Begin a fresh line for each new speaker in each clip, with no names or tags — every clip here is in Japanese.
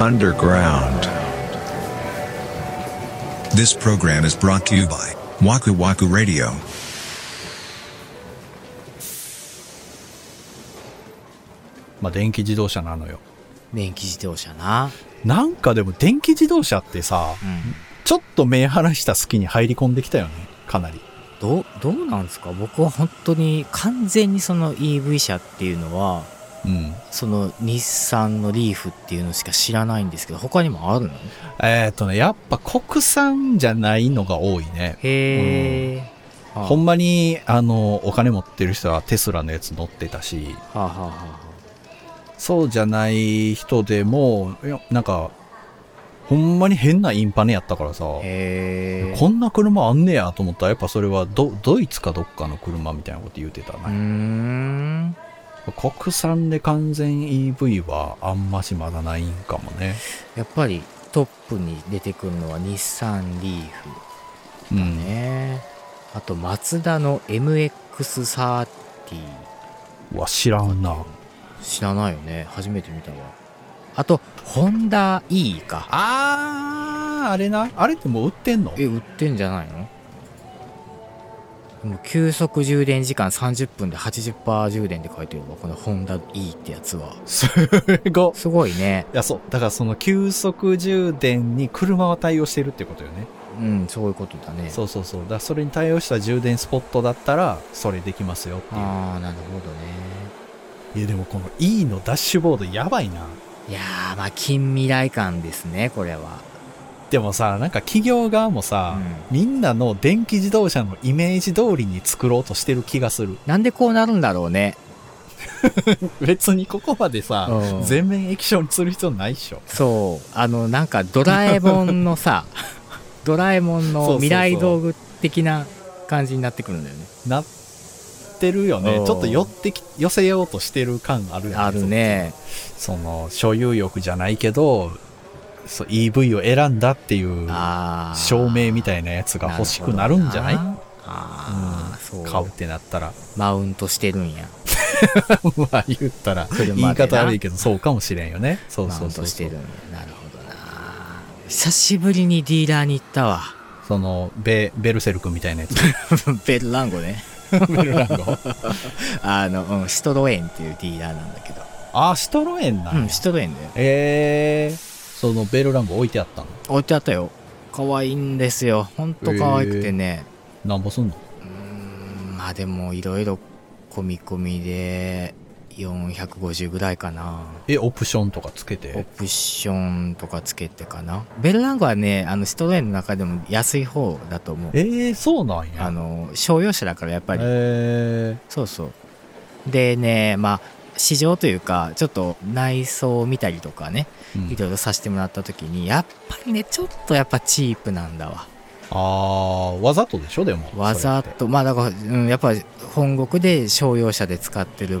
underground.
This program is brought to you by Waku Waku Radio.
まあ、電気自動車なのよ
電気自動車な。
なんかでも電気自動車ってさ
うん。
ちょっと目離した隙に入り込んできたよねかなり
どう、どうなんですか僕は本当に完全にその EV 車っていうのは、
うん
その日産のリーフっていうのしか知らないんですけど、他にもあるの
えーっ、とねやっぱ国産じゃないのが多いね
へえ。はあ
ほんまにあのお金持ってる人はテスラのやつ乗ってたし
はあはあはあ
そうじゃない人でもいやなんかほんまに変なインパネやったからさ
へえ。
こんな車あんねやと思ったらやっぱそれはドドイツかどっかの車みたいなこと言うてた
うー
な、
ん。
国産で完全 EV はあんましまだないんかもね
やっぱりトップに出てくるのは日産リーフ
う
だ
ん
ね。あと、マツダの MX30。
うわ知らんな
知らないよね。初めて見たわ。あと、ホンダ E か。
あーあれなあれってもう売ってんの
え売ってんじゃないのでも急速充電時間30分で80%充電って書いてるわこのホンダ E ってやつは
すごい
すごいね
やそうだからその急速充電に車は対応してるってことよね
うんそういうことだね
そうそうそうだからそれに対応した充電スポットだったらそれできますよっていう
ああなるほどね
いやでもこの E のダッシュボードやばいない
やーまあ近未来感ですねこれは
でもさなんか企業側もさ、みんなの電気自動車のイメージ通りに作ろうとしてる気がする
なんでこうなるんだろうね
別にここまでさ、
うん
全面液晶にする必要ないっしょ
そうあのなんかドラえもん のさドラえもん
そうそうそう
の未来道具的な感じになってくるんだよね
なってるよね
うん
ちょっと寄ってき寄せようとしてる感あるよね
あるね
その所有欲じゃないけどそう EV を選んだっていう
ああ
証明みたいなやつが欲しくなるんじゃない
ああ、そう
買うってなったら
マウントしてるんや
まあ言ったら
車で
言
ない
方悪いけどそうかもしれんよねそう
マ
そ
ウ
う
ン
そ
ト
う
し
そ
て
う
るんやなるほどな久しぶりにディーラーに行ったわ
そのベベルセルクみたい なやつ
ベルランゴね
ベルランゴ
あの、うん、シトロエンっていうディーラーなんだけど
あシトロエンな
うんん
や
シトロエンだよ
えー、そのベルランゴ置いてあったの
置いてあったよ可愛いんですよほんと可愛くてね、
なんぼすんの
うんまあでもいろいろ込み込みで450ぐらいかな
えオプションとかつけ
オ
て
プションとかつけてかなベルランゴはねあのシトロエンの中でも安い方だと思う
えー、そうなんや
あの商用車だからやっぱり、
え
そうそうでねまあ市場というかちょっと内装を見たりとかね
ーうん
いろいろさせてもらった時にやっぱりねちょっとやっぱチープなんだわ
あーわざとでしょでも
わざ
それって
とまあだから、うん、やっぱ本国で商用車で使ってるっ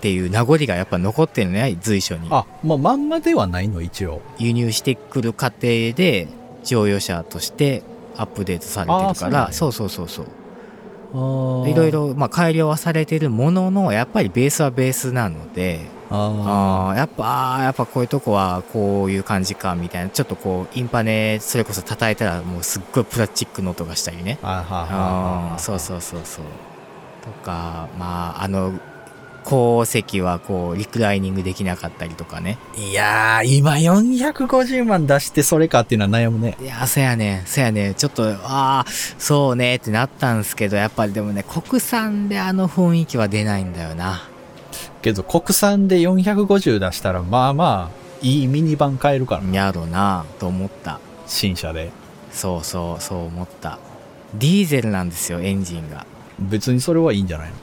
ていう名残がやっぱ残ってるね随所に
あまあまんまではないの一応
輸入してくる過程で乗用車としてアップデートされてるか
あー
ら
そ
そうそうそうそう
い
いろいろまあ改良はされてるもののやっぱりベースはベースなので
あ
あーやっぱあーやっぱこういうとこはこういう感じかみたいなちょっとこうインパネそれこそ叩いたらもうすっごいプラスチックの音がしたりね
ーあーはーはー
あ
は
ー
ー
そうそうそうそうとかまああの後席はこうリクライニングできなかったりとかね
いやー今450万出してそれかっていうのは悩むね
いやーそやねんそやねんちょっとああそうねってなったんですけどやっぱりでもね国産であの雰囲気は出ないんだよな
けど国産で450出したらまあまあいいミニバン買えるから
やろなと思った
新車で
そうそうそう思ったディーゼルなんですよエンジンが
別にそれはいいんじゃないの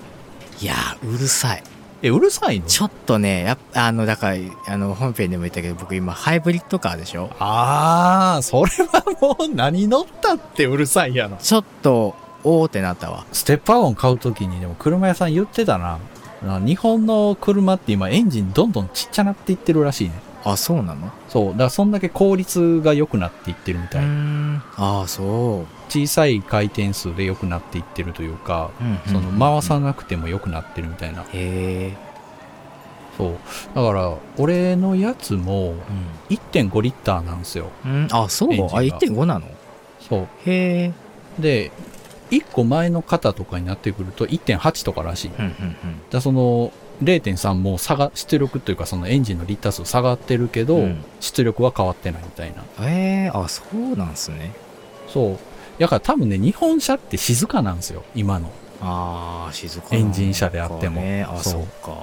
いやーうるさい
えうるさいの
ちょっとねやっぱあのだからあの本編でも言ったけど僕今ハイブリッドカーでしょ
ああそれはもう何乗ったってうるさいやろ
ちょっとおーってなったわ
ステップワゴン買う時にでも車屋さん言ってたなな日本の車って今エンジンどんどんちっちゃなっていってるらしいね
あそうなの
そうだからそんだけ効率が良くなっていってるみ
う
た
ー
い、
んああそ
小さい回転数で良くなっていってるというか
う、うんうんうん
その回さなくても良くなってるみたいな、
へえ
そう。だから、俺のやつも1.5リッターなんですよ。
うん、あそ
エ
う
ンジンが
あ1.5なの
そ
へえ
う。で、1個前の型とかになってくると1.8とからしい。だか
うんうん
らその0.3も差が、出力というかそのエンジンのリッター数下がってるけど、
うん
出力は変わってないみたいな。
うんへえあそうなんすね
そう。だから多分ね、日本車って静かなんですよ、今の。
ああ静かな
エンジン車であっても
ねあ
そ
そうっか
だか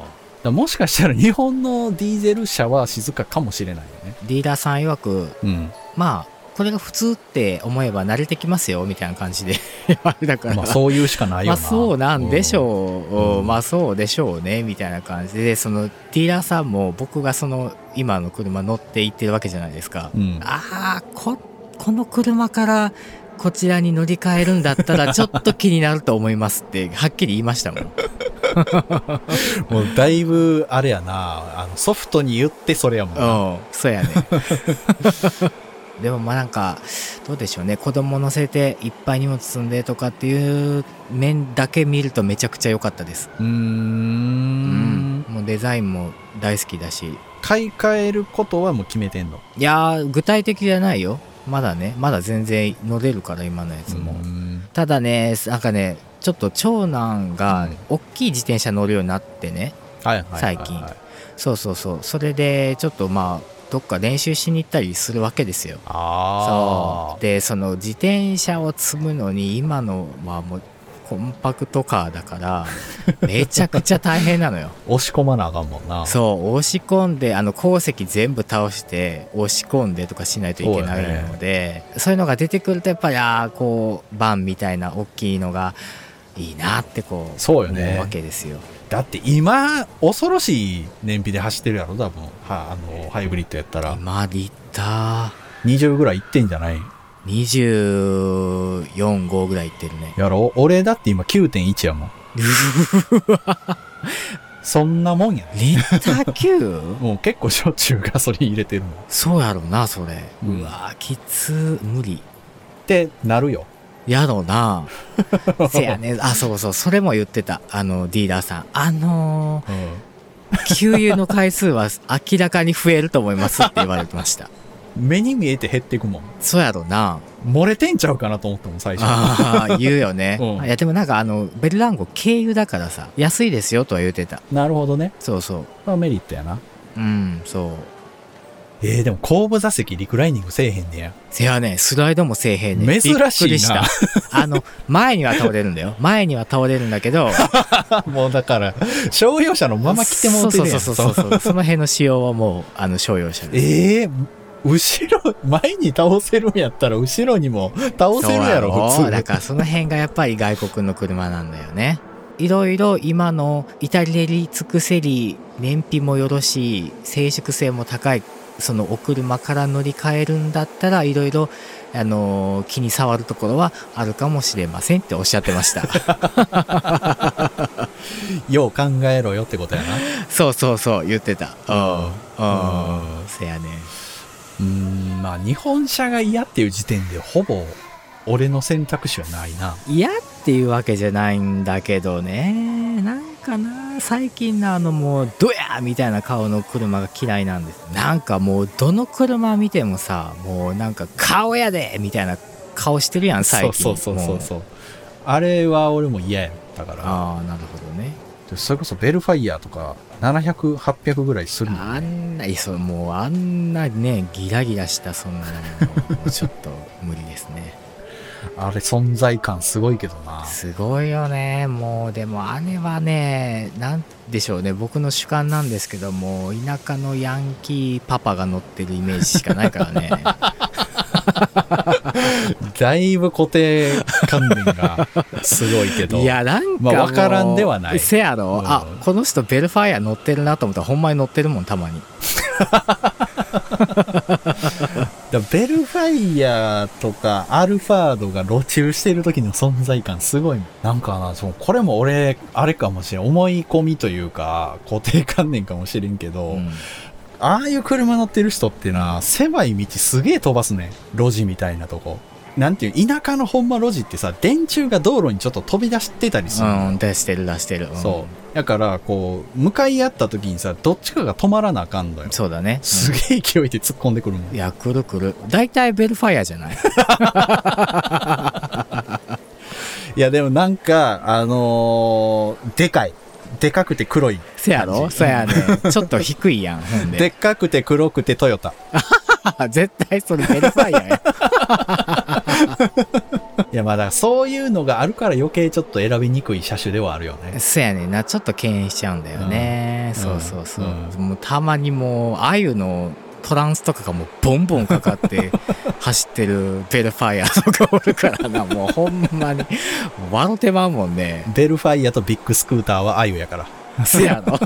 らもしかしたら日本のディーゼル車は静かかもしれないよね。
リーダーさん曰く
うん。
まあこれが普通って思えば慣れてきますよみたいな感じで 言われたから
まあそういうしかないよ
ま
な。
あそうなんでし
う。
ょう、
うん
うんまあそうでしょうねみたいな感じででそのディーラーさんも僕がその今の車乗って行ってるわけじゃないですか、
うん。
ああここの車からこちらに乗り換えるんだったらちょっと気になると思いますって はっきり言いましたもん
もうだいぶ、あれやな、あのソフトに言ってそれやもんな。
うんそうやね でもまあなんかどうでしょうね子供乗せていっぱい荷物積んでとかっていう面だけ見るとめちゃくちゃ良かったです
うーん。
もうデザインも大好きだし
買い替えることはもう決めてんの。
いやー具体的じゃないよまだねまだ全然乗れるから今のやつも、
うん
ただねなんかねちょっと長男
う
が
ん
大きい自転車乗るようになってね
はいはいはいはい
最近そうそうそうそれでちょっとまあどっか練習しに行ったりするわけですよ
ああ。
そうでその自転車を積むのに今のはもうコンパクトカーだから めちゃくちゃ大変なのよ
押し込まなあかんもんな。
そう押し込んであの鉱石全部倒して押し込んでとかしないといけないのでそう,、いうのが出てくるとやっぱりああこうバンみたいな大きいのがいいなってこう
そうよね
思わけですよ
だって今、恐ろしい燃費で走ってるやろ、多分。はあの、ハイブリッドやったら。
今リッタ
20ぐらいいってんじゃない
ー245ぐらいいってるね
やろ俺だって今9.1やも ん。そんなもんやね。
リッター 9?
もう結構しょっちゅうガソリン入れてるもん。っ
そうやろうなそれ、
う
うんわーきつー無理
てなるよ。
やろう なせやねあそうそうそれも言ってたあのディーラーさんあのー
うん。
給油の回数は明らかに増えると思いますって言われてました
目に見えて減ってくもん。
そうやろな
漏れてんちゃうかなと思ったもん、最初。
ああ言うよね、
うん
いやでもなんかあのベルランゴ軽油だからさ安いですよとは言ってた
なるほどね。
そうそ
まあメリットやな。
ううんそう
えー、でも後部座席リクライニングせえへんねや。
せやねスライドもせえへんねん
珍しいな
びっくり したあの前には倒れるんだよ前には倒れるんだけど
もうだから、商用車のまま来てもうて
そ
る
う
や
そ
ん。
うそうそうそうその辺の仕様はもうあの商用車です
ええ後ろ、前に倒せるんやったら後ろにも倒せるやろ、
そう
普
だ
通。
からその辺がやっぱり外国の車なんだよねいろいろ今の至れり尽くせり燃費もよろしい静粛性も高いそのお車から乗り換えるんだったらいろいろあのー気に障るところはあるかもしれませんっておっしゃってました
よう考えろよってことやな。
そうそう そう言ってたうん
ん
うんせやね
うーん、まあ日本車が嫌っていう時点でほぼ俺の選択肢はないな。
嫌っていうわけじゃないんだけどねなんかな最近のあのもうドヤーみたいな顔の車が嫌いなんですなんかもうどの車見てもさもうなんか顔やでみたいな顔してるやん最近
そうそうそうそう
う
そう。あれは俺も嫌やったから。
ああなるほどね
でそれこそベルファイヤーとか700、800ぐらいするの
あ
ね
んないそうもうあんなねギラギラしたそんなのも うちょっと無理ですね
あれ存在感すごいけどな。
すごいよねもうでもあれはねなんでしょうね僕の主観なんですけども田舎のヤンキーパパが乗ってるイメージしかないか らね
だいぶ固定観念がすごいけど。
いやなんか
まあ
もう
わからんではない
せやろ、
うん
あこの人ベルファイア乗ってるなと思ったらほんまに乗ってるもんたまに
だベルファイヤーとかアルファードが路中してる時の存在感すごいもん。なんかな、そのこれも俺、あれかもしれん。思い込みというか、固定観念かもしれんけど、
うん
ああいう車乗ってる人ってな、狭い道すげえ飛ばすね。路地みたいなとこ。なんていう、田舎のほんま路地ってさ、電柱が道路にちょっと飛び出してたりするのよ、
うん出してる出してる、うん
そう。だから、こう、向かい合った時にさ、どっちかが止まらなあかんのよ。
そうだね、
すげえ勢いで突っ込んでくるもん
うん。いやくるくる大体ベルファイアじ ゃない
いや、でもなんか、あのーでかい。でかくて黒い。
せやろそやねちょっと低いやんほんで
でっかくて黒くてトヨタ。
絶対それベルファイアや
いや、まあだからそういうのがあるから余計ちょっと選びにくい車種ではあるよ ね。
そやねんなちょっと敬遠しちゃうんだよね、
うん
そうそうそう、
う
もうたまにもうあゆのトランスとかがもうボンボンかかって 走ってるベルファイアとかおるからなもうほんまに笑ってまうもんね
ベルファイアとビッグスクーターはアユやから。
せやろ